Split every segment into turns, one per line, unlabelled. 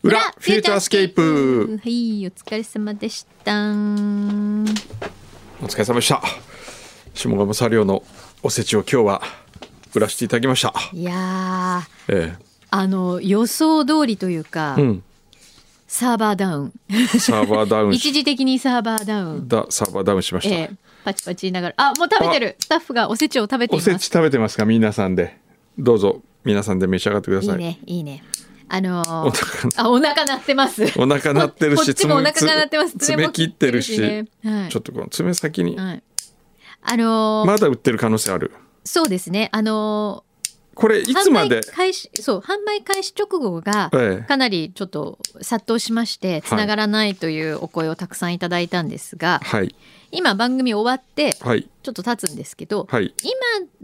チャースケープ
はいお疲れ様でした
お疲れ様でした下鴨サリオのおせちを今日は売らせていただきました
いやー
え
あの予想通りというか、
えうん
サーバーダウン
サーバーダウン
一時的にサーバーダウン、
だサーバーダウンしました、
ええパチパチ言いながらあもう食べてるスタッフがおせちを食べて
お
います
せち食べてますか皆さんでどうぞ皆さんで召し上がってくだ
い
さ
い
い
ねいいねあのー
お腹
あお腹鳴ってます
お腹鳴ってる
こっ
し
ちもお腹が鳴ってます
爪爪切ってるし
爪も切ってるしねはい
ちょっとこの爪先に、
はいあのー
まだ売ってる可能性ある
そうですねあのー
これいつまで
販売開始そう販売開始直後が
ええ
かなりちょっと殺到しましてつながらないというお声をたくさんいただいたんですが、
はい
今番組終わって
はい
ちょっと経つんですけど、
はい
今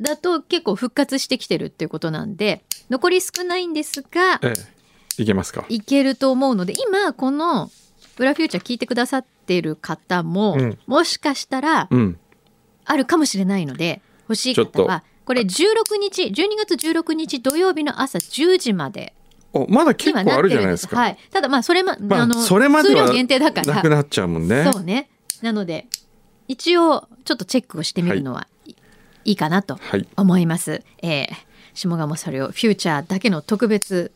だと結構復活してきてるっていうことなんで残り少ないんですが
ええいけますか
いけると思うので今この「ブラフューチャー」聞いてくださってる方も、
うん
もしかしたら
うん
あるかもしれないので欲しい
ちょっと
方はこれ16日12月16日土曜日の朝10時まで
おまだ結
今な
構
っ
あ
て
るじゃ
る
ない
ん
で
ですす
か、
はい、ただまあそれま,、
まあ
あの
それまでは
数量限定だから
なくなっちゃうもんね
そうねなので一応ちょっとチェックをしてみるのはいいいかなと
はい
思います、えー、下鴨それをフューチャーだけの特別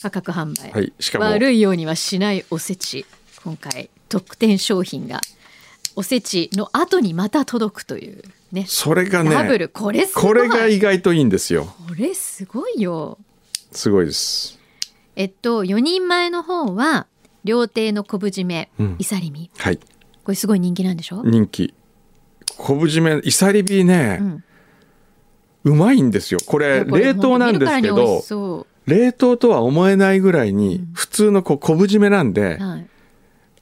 価格販売、
はいしかも
悪いようにはしないおせち今回特典商品がおせちの後にまた届くというね
それが
ダブ
ね
ルこれすごい
これが意外といいんですよ
これすごいよ
すごいです
えっと4人前の方は料亭の昆布締め、
うん
いさりみ
はい
これすごい人気なんでしょ、
人気昆布締めいさりびね、
うん
うまいんですよこ
い
れ
やこれ
冷凍なんですけ
見るからに美味
ど
しそ
冷凍とは思えないぐらいに
うん
普通のこう昆布締めなんで
う、はい、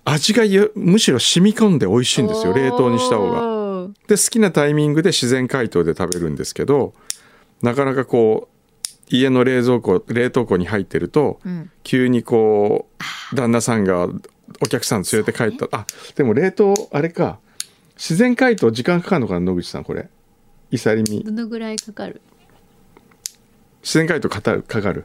味がよむしろ染み込んで美味しいんですよ冷凍にした方が。
おー
で好きなタイミングで自然解凍で食べるんですけどなかなかこう家の冷蔵庫冷凍庫に入ってると
うん、
急にこう旦那さんがお客さん連れて帰った、あでも冷凍あれか自然解凍時間かかるのかな野口さんこれいさりみ
どのぐらいかかる
自然解凍かたかかる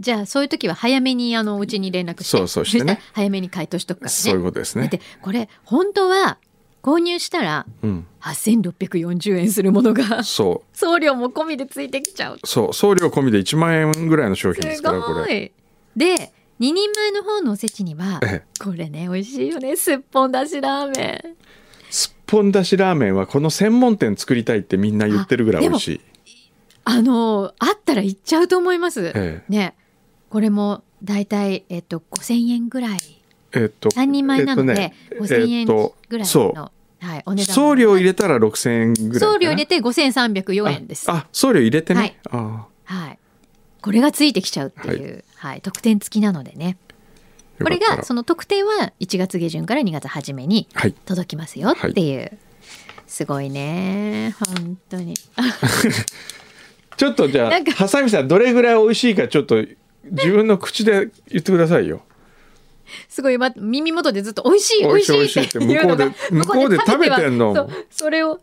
じゃあそういう時は早めにあのうちに連絡して
そうそうしてね
したら早めに解凍しとくからね
そういうことですね
だってこれ本当は購入したら
うん
8640円するものが
そ
送料も込みでついてきちゃう
うそう送料込みで1万円ぐらいの商品ですすからこ
ご
れ
いで2人前の方のおせちには
ええ
これね美味しいよねすっぽんだしラーメン
すっぽんだしラーメンはこの専門店作りたいってみんな言ってるぐらい美味しい
あのあったら行っちゃうと思います、
え
ねこれもだいたいえっと5000円ぐらい
えっと
3人前なので、
えっとね
5000
え
円
っと
ぐらいの、
そう
はい、お値段
送料入れたら6000円ぐらいかな
送料入れて5304円です
ああ送料入れてね、
はい
あ
はい、これがついてきちゃうっていう、はい特典付きなのでね
あ
これ
よかった
が
ら
その特典は1月下旬から2月初めに
はい
届きますよっていう、すごいね本当に
ちょっとじゃ
なん
あ
か
ハサミさんどれぐらい美味しいかちょっと自分の口で言ってくださいよ
すごい、ま、耳元でずっと「美味しい
美
美
味
味
しい
しい」って言うのが
美味しいって向こうで向こうで食べてんの
そうそれを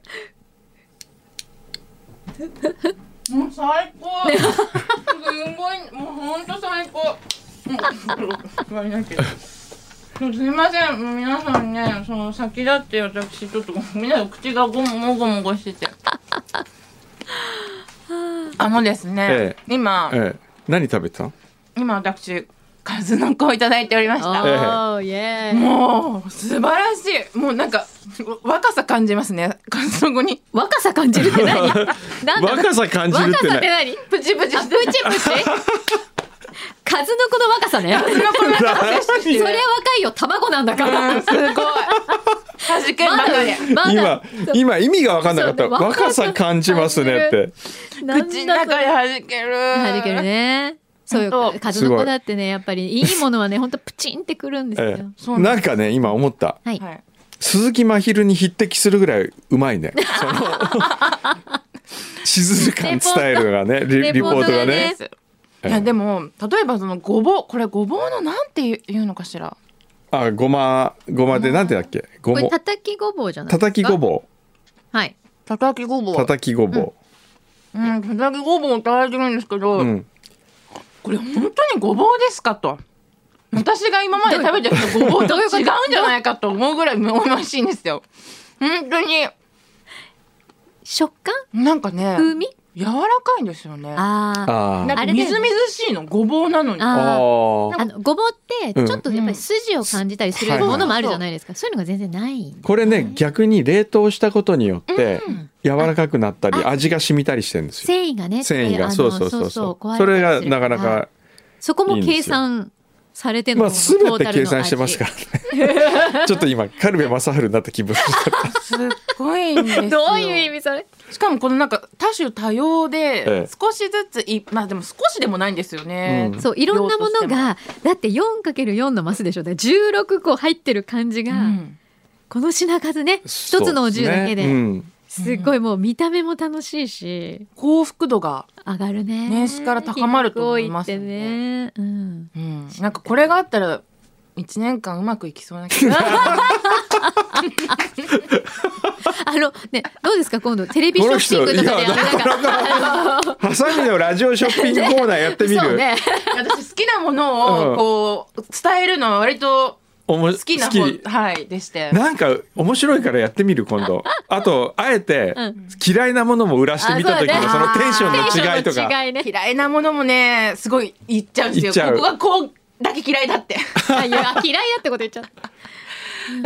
もう最高。すごい、もう本当最高。うん割りなきゃそうすみません、もう皆さんね、その先だって私ちょっとみんな口がごもごもごしてて。 あのですね、
え
今、
ええ何食べてたの
今私数の子をいただいておりました。
おーイエーイ
もう素晴らしい、もうなんか若さ感じますね、数の子に。
若さ感じるっ て何なんだろう
若さ感じるって
若さって
ね
何プチプチ プチプチ数の子の若さね
数の子の若さ
そりゃ若いよ卵なんだから
うんすごい。弾けんばかり。
まだ
今今意味が分かんなかった
そうね
若さ感じますねって
なんだ
口の中で弾ける。
はじけるねそう
ほ
い
ん
う
と
数の子だってねやっぱりいいものはね本当プチンってくるんですよ、
ええ
そうな
なんんかね今思った
はい、
はい。
鈴木真昼に匹敵するぐらいうまいね。そのしずる感伝えるのがね、リリ
レ
ポー
ポー
ト
ト
が
が
ね
ね。
いやでも例えばそのごぼうこれごぼうのなんていう言うのかしら。
あ、ごま、ごまでなんてだっけ、ご
これ
ぼ、
叩きごぼうじゃないです
た
か
たきごぼ
はいう
たたきごぼ
う、
う。
たたきごぼ
うんたたきごぼうをいただいてるんですけど、
う。うん、
これ本当にごぼうですかと。私が今まで食べてきたごぼうと違うんじゃないかと思うぐらい美味しいんですよ本当に
食感
なんかね
風味
柔らかいんですよね
あ
あ
な
ー
んかみずみずしいのごぼうなのに
あ
あー
ああのごぼうって
うん
ちょっとやっぱり筋を感じたりするものもあるじゃないですか、そういうのが全然ないんで
これね逆に冷凍したことによって柔らかくなったり
あ
味が染みたりしてるんですよ
繊維がね
繊維
あ
が
の
そうそうそう
そう
そ
壊
う
れ
そ
たり
れ
する
がなかなか
そこも計算されての
まあ全て計算してますかららねちょっと今カルベ正治になった気分
すっごいんです よ
どういう意味それ
しかもこのなんか多種多様
ええ
で少しずついまあでも少しでもないんですよね、
うん
そういろんなものがだって 4×4 のマスでしょだから16個入ってる感じが、
うん
この品数ね一つのお重だけで
そうすねうん
すごいもう見た目も楽しいし
幸福度が、
上がるね
年始から高まると思います
よ
よ
ねうん、
うん、なんかこれがあったら一年間うまくいきそうな気が
あのねどうですか今度テレビショッピングとかで
この人いや
あのなんか
ハサミのラジオショッピングコーナーやってみる、
そうね
私好きなものをこう伝えるのは割と
おも
好きな方はいでして
なんか面白いからやってみる 今度あとあえて
うん
嫌いなものも売らしてみた時の
あ
そ
そう
の
ね
テンショ
テンシ
ンの
ョ
違いと
ン
か
の違いね
嫌いなものもねすごい言っちゃうんです
言っ
よ
ちゃう
ここがこうだけ嫌いだって
あいや嫌いだってこと言っちゃった
だか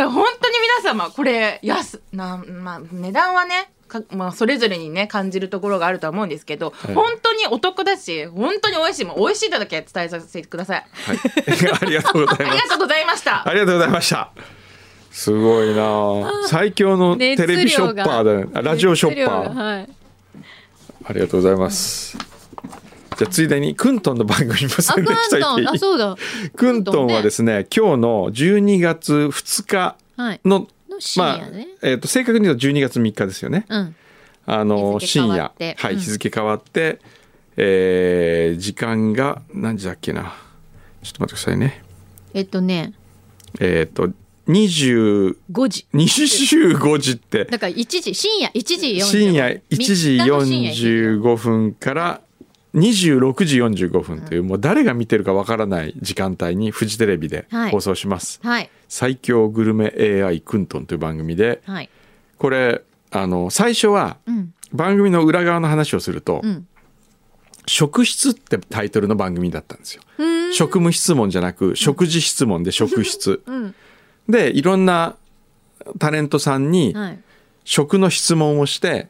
ら本当に皆様これ安なんまあ値段はねかまあ、それぞれにね感じるところがあるとは思うんですけど、
い
本当にお得だし本当に美味しいもん美味しいだけ伝えさせてください
はい ありがとうござい
あ
ま
り
す
がとうございました
ありがとうございましたすごいなあ最強のテレビショッパーだねあラジオショッパ
熱量が
ー
はい
ありがとうございますじゃあついでにクントンの番組も
あ
宣伝
ク
しと
ント
い
ン
てい
あ
い
そうだ
クントンはですすね今日の12月2日
はい
の
の深
まあ
夜ね、
えー、と正確に言うと12月3日ですよね
うん
あの
日付変
深
わ
夜
っ、て
は
う
い、
ん
日付変わって、えー時間が何時だっけなちょっと待ってくださいね
えっとね
えっ、と20
5時
25時って
だから1時深夜1時45
深夜1時
45
45分から26時45分という、もう誰が見てるかわからない時間帯にフジテレビで
はい
放送します、
はい
最強グルメ AI クントンという番組で
はい
これあの最初は
うん
番組の裏側の話をすると、
うん
食質ってタイトルの番組だったんですよ。
うーん
職務質問じゃなく食事質問で食質
うん
でいろんなタレントさんに
はい
食の質問をして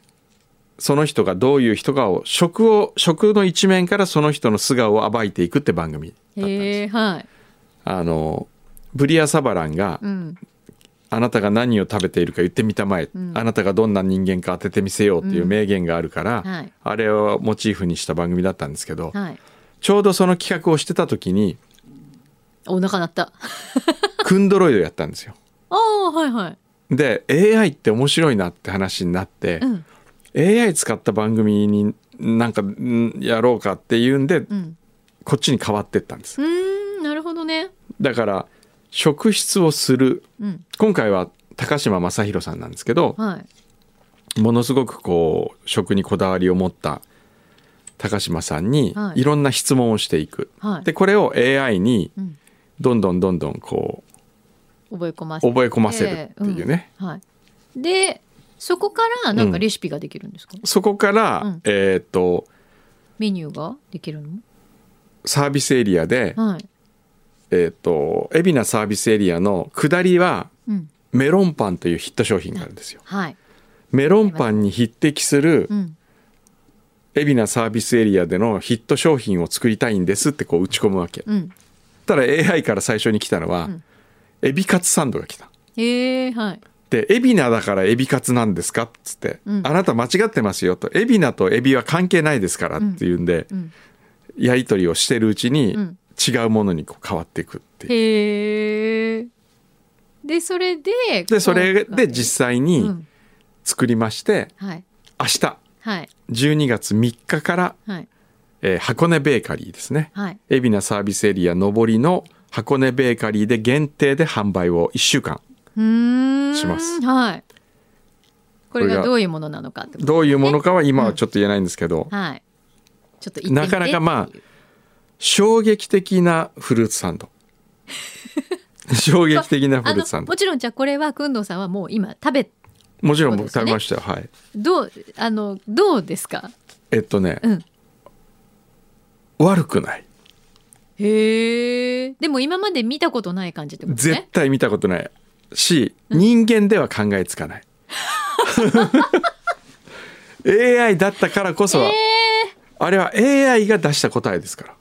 その人がどういう人かを食を食の一面からその人の素顔を暴いていくって番組だったんです。
へえはい
あのブリア・サバランが
うん
あなたが何を食べているか言ってみたまえ、
ん
あなたがどんな人間か当ててみせようっていう名言があるから、
うんはい
あれをモチーフにした番組だったんですけど、
はい
ちょうどその企画をしてた時 に
お腹鳴った
クンドロイドやったんですよ。
ああはいはい
で AI って面白いなって話になって
う、ん
AI 使った番組になんかんやろうかっていうんで、
うん
こっちに変わってったんです
う。ーんなるほどね
だから職質をする
うん
今回は高島正宏さんなんですけど、
はい
ものすごくこう食にこだわりを持った高島さんに
はい
いろんな質問をしていく、
はい
でこれを AI に
うん
どんどんどんどんこ
覚え込ま
う
せて
覚え込ませるっていうね、
うんはいでそこからなんかレシピができるんですか
そこから、
うん
えーっと
メニューができるの
サービスエリアで、
はい
えーっと海老名サービスエリアの下りは
うん
メロンパンというヒット商品があるんですよ
はい
メロンパンに匹敵する
うん
海老名サービスエリアでのヒット商品を作りたいんですってこう打ち込むわけ
うん
ただ AI から最初に来たのは、
ん
エビカツサンドが来た
へえはい
で「海老名だからエビカツなんですか?」っつって、
うん
あなた間違ってますよ」と「海老名とエビは関係ないですから」っていうんで、
うん
やり取りをしてるうちに、
うん
違うものにこう変わっていくっていう。
へえでそれで
でそれ
今回
で実際
う
に
ん
作りまして、
はい
明日
はい
12月3日から、
はい
えー箱根ベーカリーですね
はい
海老名サービスエリア上りの箱根ベーカリーで限定で販売を1週間
うーん
します
はいこれ
これ
が
が
どういうものなのかってこと
どういうものかは今はちょっと言えないんですけど、
はいちょっと行ってみて
なかなかまあ衝撃的なフルーツサンド衝撃的なフ
あ
ルー
の
ツサンド
もちろんじゃあこれはくんどうさんはもう今食べ
もちろん
そう
僕
ですね
食べましたよはい
どうあのどうですか
えっとね、
うん
悪くない
へえでも今まで見たことない感じってこと
絶
ね
対見たことないし、人間では考えつか ない AI だったからこそ、あれは AI が出した答えですから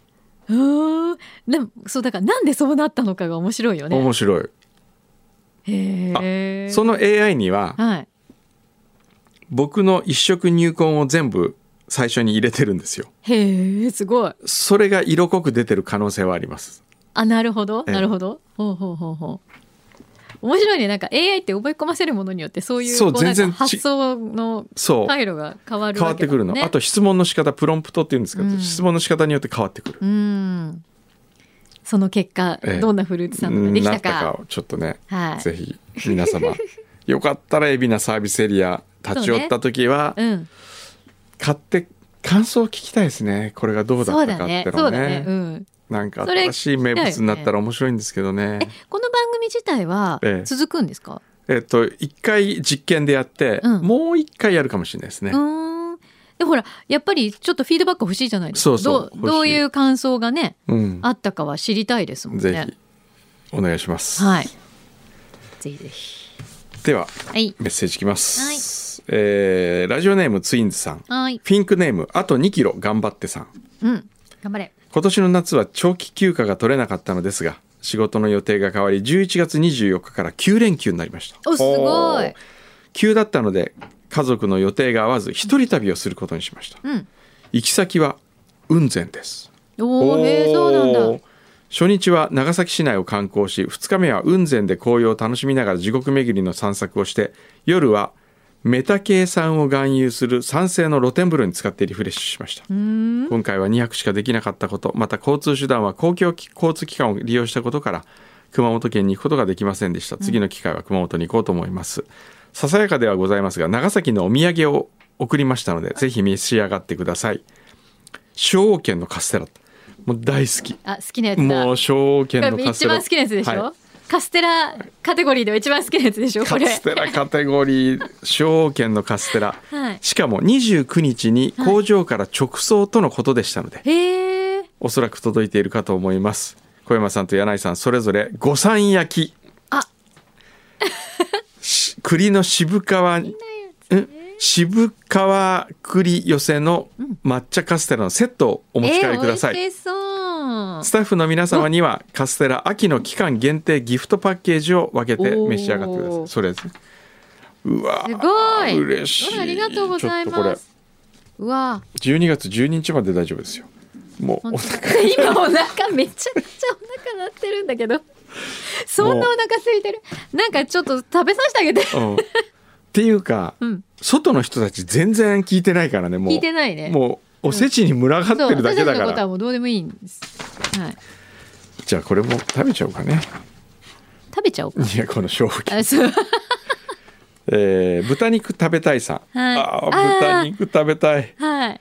うーんでもそうだからなんでそうなったのかが面白いよね
面白い、
へえ
その AI には
はい
僕の一色入魂を全部最初に入れてるんですよ
へえすごい
それが色濃く出てる可能性はあります
あなるほど
ええ
なるほど、ほうほうほうほう面白いねなんか AI って覚え込ませるものによってそういう
そう
こうなんか
全然ち
発想の
そう、
回路が変わる
変わ
わ
って
けだ
く
も
る
んね
の、あと質問の仕方プロンプトっていうんですけど、
うん
質問の仕方によって変わってくる、
うんその結果、
ええ
どんなフルーツサンドができ
な
た
った
か
かをちょっとね
はい
ぜひ皆 様よかったら海老名サービスエリア立ち寄った時は、
うん
買って感想を聞きたいですねこれがどうだ
そ
っ
う
たか
だ
っ
ね
て
そ
の
うだね
ね
うん
なんか
それ
新しい名物になったら面白いんですけどね
この番組自体は
ええ
続くんですか、
えっと一回実験でやって、
うん
もう一回やるかもしれないですね、
うーんでほらやっぱりちょっとフィードバック欲しいじゃないですか
そうそう欲しい
どどういう感想がね
うん
あったかは知りたいですもんね
ぜひお願いします、
はいぜひぜひ
では
はい
メッセージいきます、えーラジオネームツインズさん
はい
フィンクネームあと2キロ頑張ってさん
うん頑張れ
今年の夏は長期休暇が取れなかったのですが仕事の予定が変わり11月24日から9連休になりました
おすご
お
い
急だったので家族の予定が合わず一人旅をすることにしました
うん
行き先は雲仙です
おおへえそうなんだ
おー初日は長崎市内を観光し2日目は雲仙で紅葉を楽しみながら地獄巡りの散策をして夜はメタ系酸を含有する酸性の露天風呂に使ってリフレッシュしました今回は2泊しかできなかったことまた交通手段は公共き交通機関を利用したことから熊本県に行くことができませんでした次の機会は熊本に行こうと思います、ささやかではございますが長崎のお土産を送りましたのでぜひ召し上がってください小王県のカステラもう大好き
あ好きなやつだ
もう小王県のカス
一
テラ
番好きなやつでしょ、
は
カステラカテゴリーでは一番好きなやつでしょ
いカ
これ
ステラカテゴリー小王県のカステラ、
はい
しかも29日に工場から直送とのことでしたので、
へえ
おそらく届いているかと思います小山さんと柳井さんそれぞれ五三焼き
あ
し栗の渋川ん渋川栗寄せの抹茶カステラのセットをお
お
持ち帰りください、
えー、美味しそう
スタッフの皆様にはカステラ秋の期間限定ギフトパッケージを分けて召し上がってくださ
おー
いそれですうわ
すごい
嬉しい
ありがとうござい
ちょっとこ
ま
れ
すうわ
12月12日まで大丈夫ですよもうお腹
今お腹めちゃくちゃお腹鳴ってるんだけどそんなお腹空いてるなんかちょっと食べさせてあげて
うんっていうか、
ん
外の人たち全然聞いてないからねもう
聞いてないね
もうおせちに群がって
そう
るだ
私
け
た
だ
ち
か
のこと
ら、
はもうどうでもいいんです、はい、
じゃあこれも食べちゃおうかね
食べちゃおうか
いやこの正気、
あそう
えー豚肉食べたいさん、
はい
あ
あ
ー
ー
豚肉食べたい
はい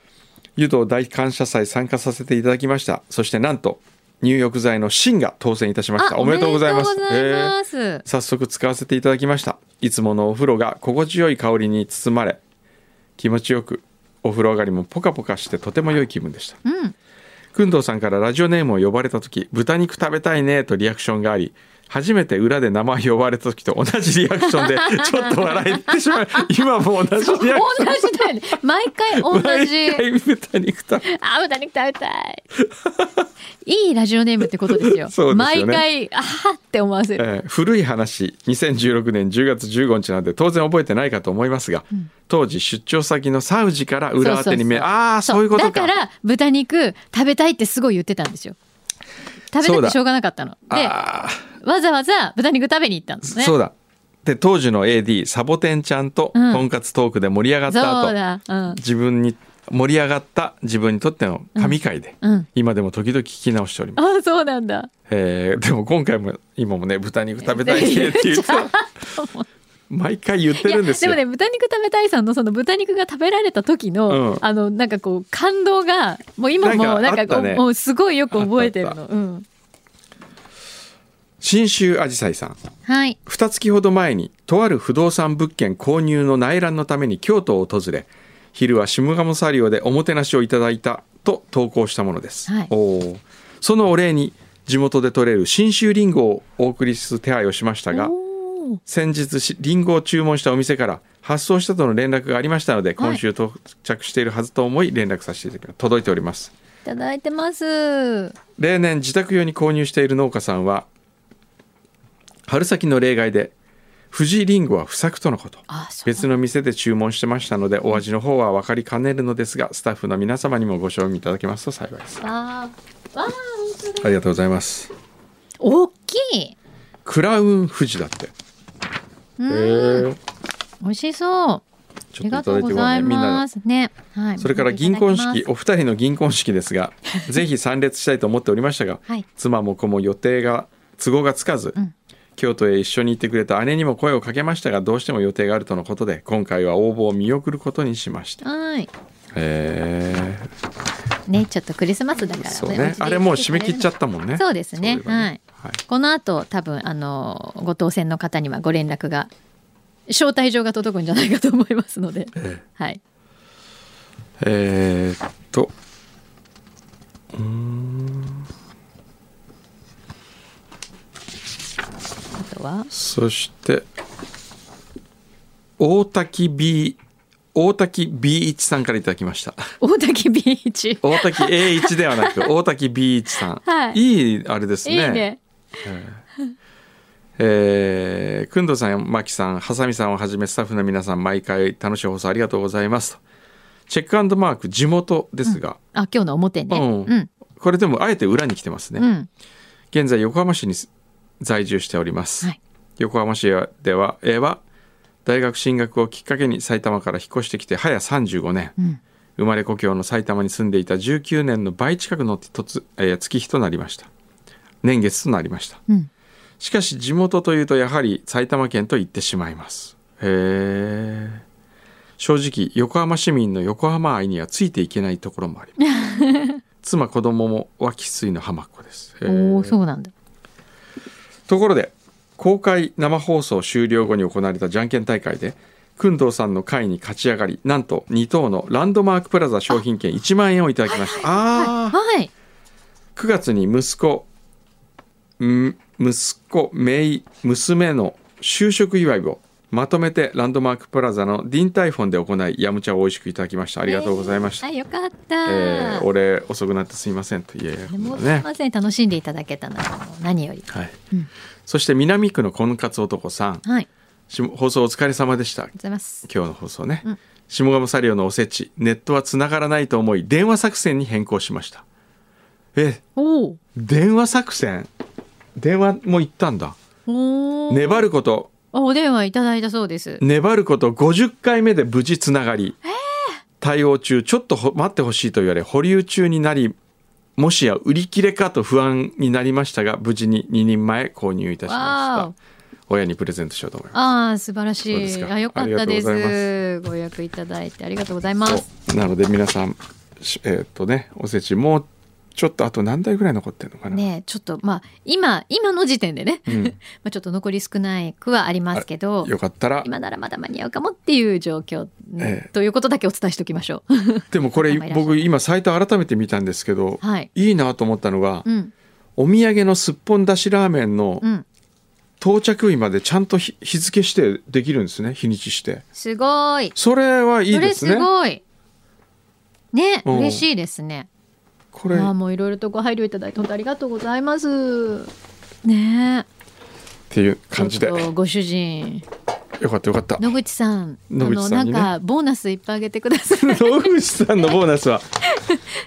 湯道大感謝祭参加させていただきましたそしてなんと入浴剤の芯が当選いたしました
あ
おめでとうございます
おめでとうござい
へー
ます
早速使わせていただきましたいつものお風呂が心地よい香りに包まれ気持ちよくお風呂上がりもポカポカしてとても良い気分でした
うん
くんどうさんからラジオネームを呼ばれた時「豚肉食べたいね」とリアクションがあり初めて裏で名前呼ばれた時と同じリアクションでちょっと笑えてしまう今も同じリアク
同じだよね毎回同
ション毎
じ
回豚肉食べ
あ豚肉食べたいいいラジオネームってことですよ
そうですよね
毎回あはって思わせる、
えー古い話2016年10月15日なんで当然覚えてないかと思いますが、当時出張先のサウジから裏当てに目
そうそうそう
ああそういうことか
だから豚肉食べたいってすごい言ってたんですよ食べた
そう
く
だ
てしょうがなかったので
あー
わざわざ豚肉食べに行ったんですね
そうだで当時の AD サボテンちゃんとと
うん
んかつトークで盛り上がった後、
そうだうん
自分に盛り上がった自分にとっての神回で、
うん
今でも時々聞き直しております、
あそうなんだ
えーでも今回も今もね豚肉食べたいねって言ってた 毎回言って
いや
るんですよ
もね豚肉食べたいさんのその豚肉が食べられた時の、
うん
あのなんかこう感動がもう今も
なんか
なんかこ
あ
う
ったね
もうすごいよく覚えてる
あった
のうん
信州あじさいさん
はい。
二月ほど前にとある不動産物件購入の内覧のために京都を訪れ昼は下鴨サリオでおもてなしをいただいたと投稿したものです、
はい
おーそのお礼に地元で採れる信州りんごをお送りする手配をしましたが
おー
先日しリンゴを注文したお店から発送したとの連絡がありましたので今週到着しているはずと思い連絡させていただきます届いております
いただいてます。
例年自宅用に購入している農家さんは春先の例外で藤井リンゴは不作とのこと
あ、そう。
別の店で注文してましたのでお味の方は分かりかねるのですがスタッフの皆様にもご賞味いただけますと幸いです
わーわー、本当だ。
ありがとうございます
大きい。
クラウン富士だって
うん。美味しそう。あ
ちょっと
りが
いた
と
だ
う
いてご
ご
ら
ざ
ん
い
ねみんなで
ます。ね。はい。
それから銀婚式
いただきま
お二人の銀婚式ですがぜひ参列したいと思っておりましたが、
はい
妻も子も予定が都合がつかず、
ん
京都へ一緒に行ってくれた姉にも声をかけましたがどうしても予定があるとのことで今回は応募を見送ることにしました
すはい。
へえ
ね、ちょっとクリスマスだから。
そう
お
ね
家で
あれもう締め切っちゃったもんね
そうですね
いえば
はいこの後多分あのご当選の方にはご連絡が招待状が届くんじゃないかと思いますので、
え
はい。
えーっとうーん
あとは
そして大滝 B 大滝 B 一さんからいただきました
大滝ビーチ。
大滝 A1 ではな く大滝 B1 さん、
はい
いあれです
いい
ね
ね。
えー、くんどさんまきさんはさみさんをはじめスタッフの皆さん毎回楽しい放送ありがとうございますとチェックマーク地元ですが、
あ、今日の表ね。
うん
うん。
これでもあえて裏に来てますね、
うん。
現在横浜市に在住しております、
はい
横浜市では絵は大学進学をきっかけに埼玉から引っ越してきて早35年、
うん。
生まれ故郷の埼玉に住んでいた19年の倍近くの突、えー月日となりました年月となりました
うん。
しかし地元というとやはり埼玉県と言ってしまいますへえ正直横浜市民の横浜愛にはついていけないところもあります 妻子供も脇水の浜っ子ですへー
おお、そうなんだ。
ところで公開生放送終了後に行われたじゃんけん大会で工藤さんの会に勝ち上がりなんと2等のランドマークプラザ商品券1万円をいただきましたあー
はい。
9月に息子ん息子姪娘の就職祝いをまとめてランドマークプラザのディンタイフォンで行いヤムチャを美味しくいただきましたありがとうございました、
は
え
い、よかっ
ー
た。
俺遅くなってすいませんといえいえ
でもすい
ね
ません楽しんでいただけたならもう何より。
はい、
うん
そして南区の婚活男さん
はい。ありがと
し放送お疲れ様でした
うございます。
今日の放送ね、
うん
下鴨サリオのおせちネットは繋がらないと思い電話作戦に変更しましたえ
おお。
電話作戦電話も行ったんだ
おお。
粘ること
あお電話いただいたそうです。
粘ること50回目で無事つながり、対応中ちょっとほ待ってほしいと言われ保留中になりもしや売り切れかと不安になりましたが無事に2人前購入いたし
わ
ました親にプレゼントしようと思います
ああ素晴らし
そうです
い。
か
あよかったで
ありがとうご
す。ご予約いただいてありがとうございます。
そうなので皆さんしえーっとねおせちもうちょっとあと何台ぐらい残ってるのかな、
ねえちょっとまあ今今の時点でね、
ん
まあちょっと残り少ないくはありますけど。
よかったら
今ならまだ間に合うかもっていう状況、
ええ
ということだけお伝えしておきましょ う。
でもこれ
皆様いらっしゃい
僕今サイト改めて見たんですけど、
はい。
いいなと思ったのが、
うん。
お土産のすっぽんだしラーメンの
うん。
到着日までちゃんと日日付してできるんですね日にちして
すごい。
それはいい
そ
で
れ
すね
すごい。ね、
うん
嬉しいですね。
こ
あ
れ
あ、もういろいろとご配慮いただいて、本当ありがとうございます。ねえ。
っていう感じで
ちょっ
よ
とご主人、
かったよかった
野口さん、
野口さんにね
あの、なんかボーナスいっぱいあげてください。
野口さんのボーナスは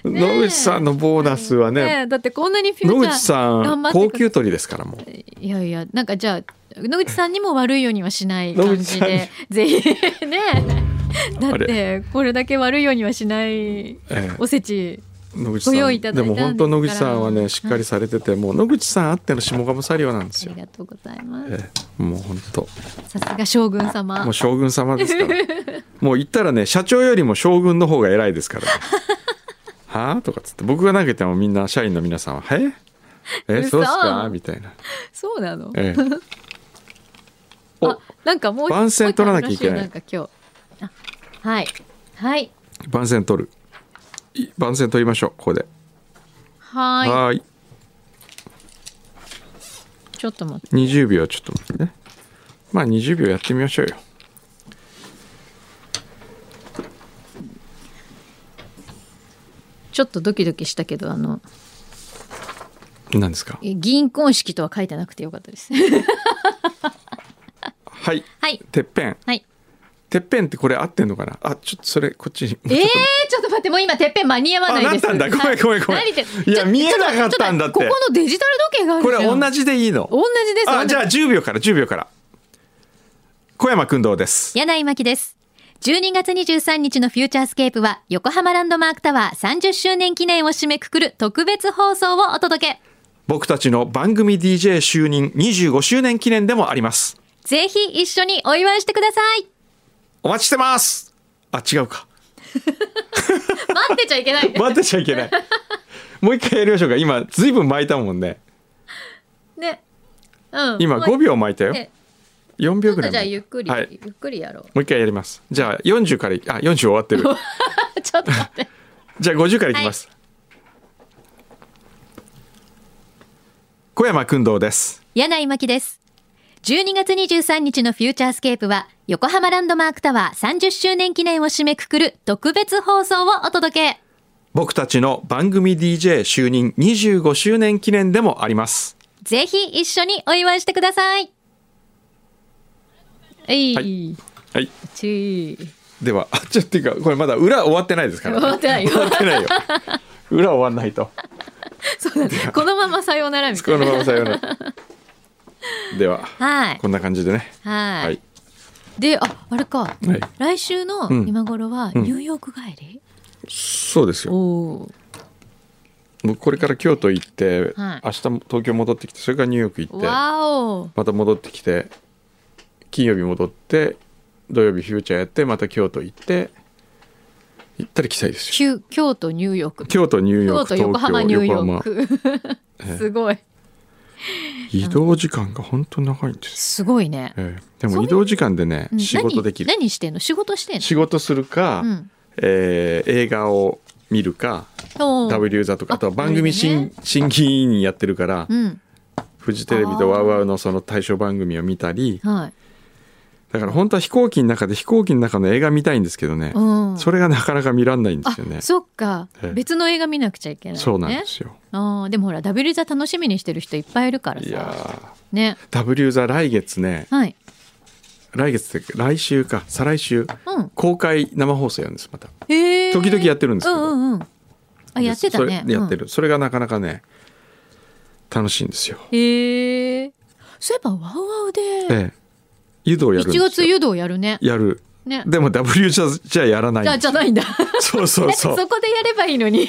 野口さんのボーナスはね
ねえ、だってこんなにフュ
野
ーチャー
口さ
頑
ん
張って
高
く
級鳥ですからもう
いやいや、なんかじゃあ、野口さんにも悪いようにはしない感じ
野
で、ぜひ ね。だっ
あ
て、これだけ悪いようにはしない
ええ
おせち。
野口さん
ご用意いただいた
で
んです
も本当野口さんは
か
ね
ら
しっかりされててもう野口さんあっての下鴨サリオなんです
あ
よ
り、がとうございま
え
す。
えもう本当
さすが将軍様
もう。将軍様ですからもう言ったらね社長よりも将軍の方 が偉いですからねはあとかっつって僕が投げてもみんな社員の皆さんは「ええそうっすか
嘘
みたいな、
そうなの
ええ
あなんかもう
番宣取らなきゃいけない
もう一個あるらしなんか今日あはいはい
番宣取るい番宣取りましょうここで
はーい
はーい
ちょっと待って
20秒ちょっと待ってねまあ20秒やってみましょうよ
ちょっとドキドキしたけどあの
何ですか
え銀婚式とは書いてなくてよかったです
はい
はい
てっぺん
はい
てっぺんってこれ合ってんのかなあちょっとそれこっちに
えー、ちょっと待ってもう今てっぺん間に合わないです
あなったんだごめんごめんごめん
はい何言って
いや
ちょ
見えなかったんだって
ちょとここのデジタル時計がある
こ
じゃ
れ
ん
同じでいいの
同じです
あじゃあ10秒から10秒から小山君どうです
柳井真希です。12月23日のフューチャースケープは横浜ランドマークタワー30周年記念を締めくくる特別放送をお届け。
僕たちの番組 DJ 就任25周年記念でもあります
ぜひ一緒にお祝いしてください。
お待ちしてますあ違うか
待ってちゃいけない。
待ってちゃいけ ないもう一回やりましょうか今ずいぶん巻いたもんね
ね。うん。
今5秒巻いたよ
ね
4
ちょ
秒
っ
ぐら
と
い
じゃあ
巻いた
ゆっくり、
はい
ゆっくり やろ
もう一回やりますじゃあ40からいあ40終わってる
う。ちょっと待って。
じゃあ50からいきます、小山君どうです
柳井真希です。12月23日のフューチャースケープは横浜ランドマークタワー30周年記念を締めくくる特別放送をお届け。
僕たちの番組 DJ 就任25周年記念でもあります
ぜひ一緒にお祝いしてください。えい、
はいはい
ちー
ではあちょっていうかこれまだ裏終わってないですから、
終 わってないよ
終わってないよ裏終わんないと
そうなんですこのままさようならみ
こ
たい
の
な。
ままさようならでは
はい
こんな感じでね
はい、
はい
で、あ、あれか、
い
来週の
ん
今頃はニューヨーク帰り。
そうですよ
おー
もうこれから京都行って、
はい
明日も東京戻ってきてそれからニューヨーク行って
わお。
また戻ってきて金曜日戻って土曜日フューチャーやってまた京都行って行ったり来たりですよ
旧京都ニューヨーク。
京都ニューヨー
京
ク
都横浜
東
ニ
京
ューヨ
横
ー
浜
ク。すごい。
移動時間が本当に長いんです、
すごいね。
ええでも移動時間でね
うん
仕事できる
何何してんの仕事してんの
仕事するか、
うん
えー映画を見るか
おー
W 座とか
あ
あとは番組
なるほど
審,、
ね
審議委員やってるから、
うん。
フジテレビとワウワウのその対象番組を見たり
はい。
だから本当は飛行機の中で飛行機の中の映画見たいんですけどね、
うん。
それがなかなか見らんないんですよね
あ、。そっか
ええ。
別の映画見なくちゃいけない、ね。
そうなんですよ。
ああでもほら W 座楽しみにしてる人いっぱいいるから
いや
さ
ー
ね
W 座来月ね
はい
来月って来週か再来週
うん
公開生放送やるんですまた。
へえ
時々やってるんですけど
うんうんうんあやってたね
それやって
る、
る、それがなかなかね楽しいんですよ。
うんへえそういえばワウワウで
ええ、湯道やるんで
1
すよ。
月誘導やるね
やる。
ね
でも W じゃじゃやらないん
じ
です
ゃ
よ。
じゃないんだ
そうそ
だ
う
って
そ。
そうこでやればいいのに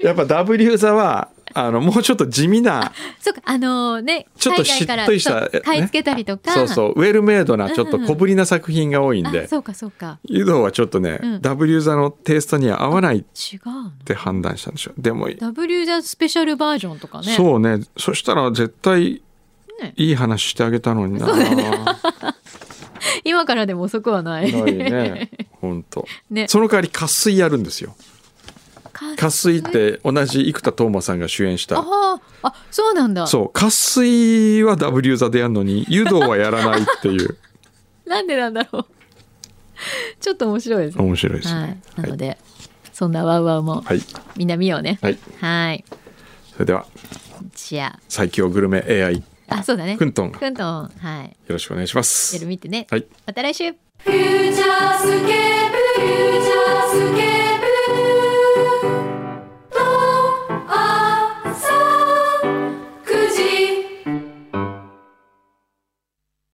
やっぱ W 座はあのもうちょっと地味な
そうかあのね
ちょっとしっとりした
海外からそう
ね
買い付けたりとか
そうそうウェルメイドなちょっと小ぶりな作品が多いん
あ
で
そうかそうか
湯道はちょっとね、
うん
W 座のテイストには合わないっ
違うの
て判断したんでしょ。でも
W 座スペシャルバージョンとかね
そうねそしたら絶対
ね
いい話してあげたのにな、
今からでも遅くはない
ないね本当
ね
その代わり「渇水」やるんですよ
か
「渇水」って同じ生田斗真さんが主演した
あああそうなんだ
そう「渇水」は W 座でやるのに湯道はやらないっていう
なんでなんだろう。ちょっと面白いですね。
面白いです
はい
ね。
なので、そんなワウワウも、
はい、
みんな見ようね。
はい、
はい。
それでは
じゃ
最強グルメ AI よ
あ、あ、そうだね。
クントン
クントンはい。
ろしくお願いしま
夜
す
見てね。
はい
また来週。
フューチャースケ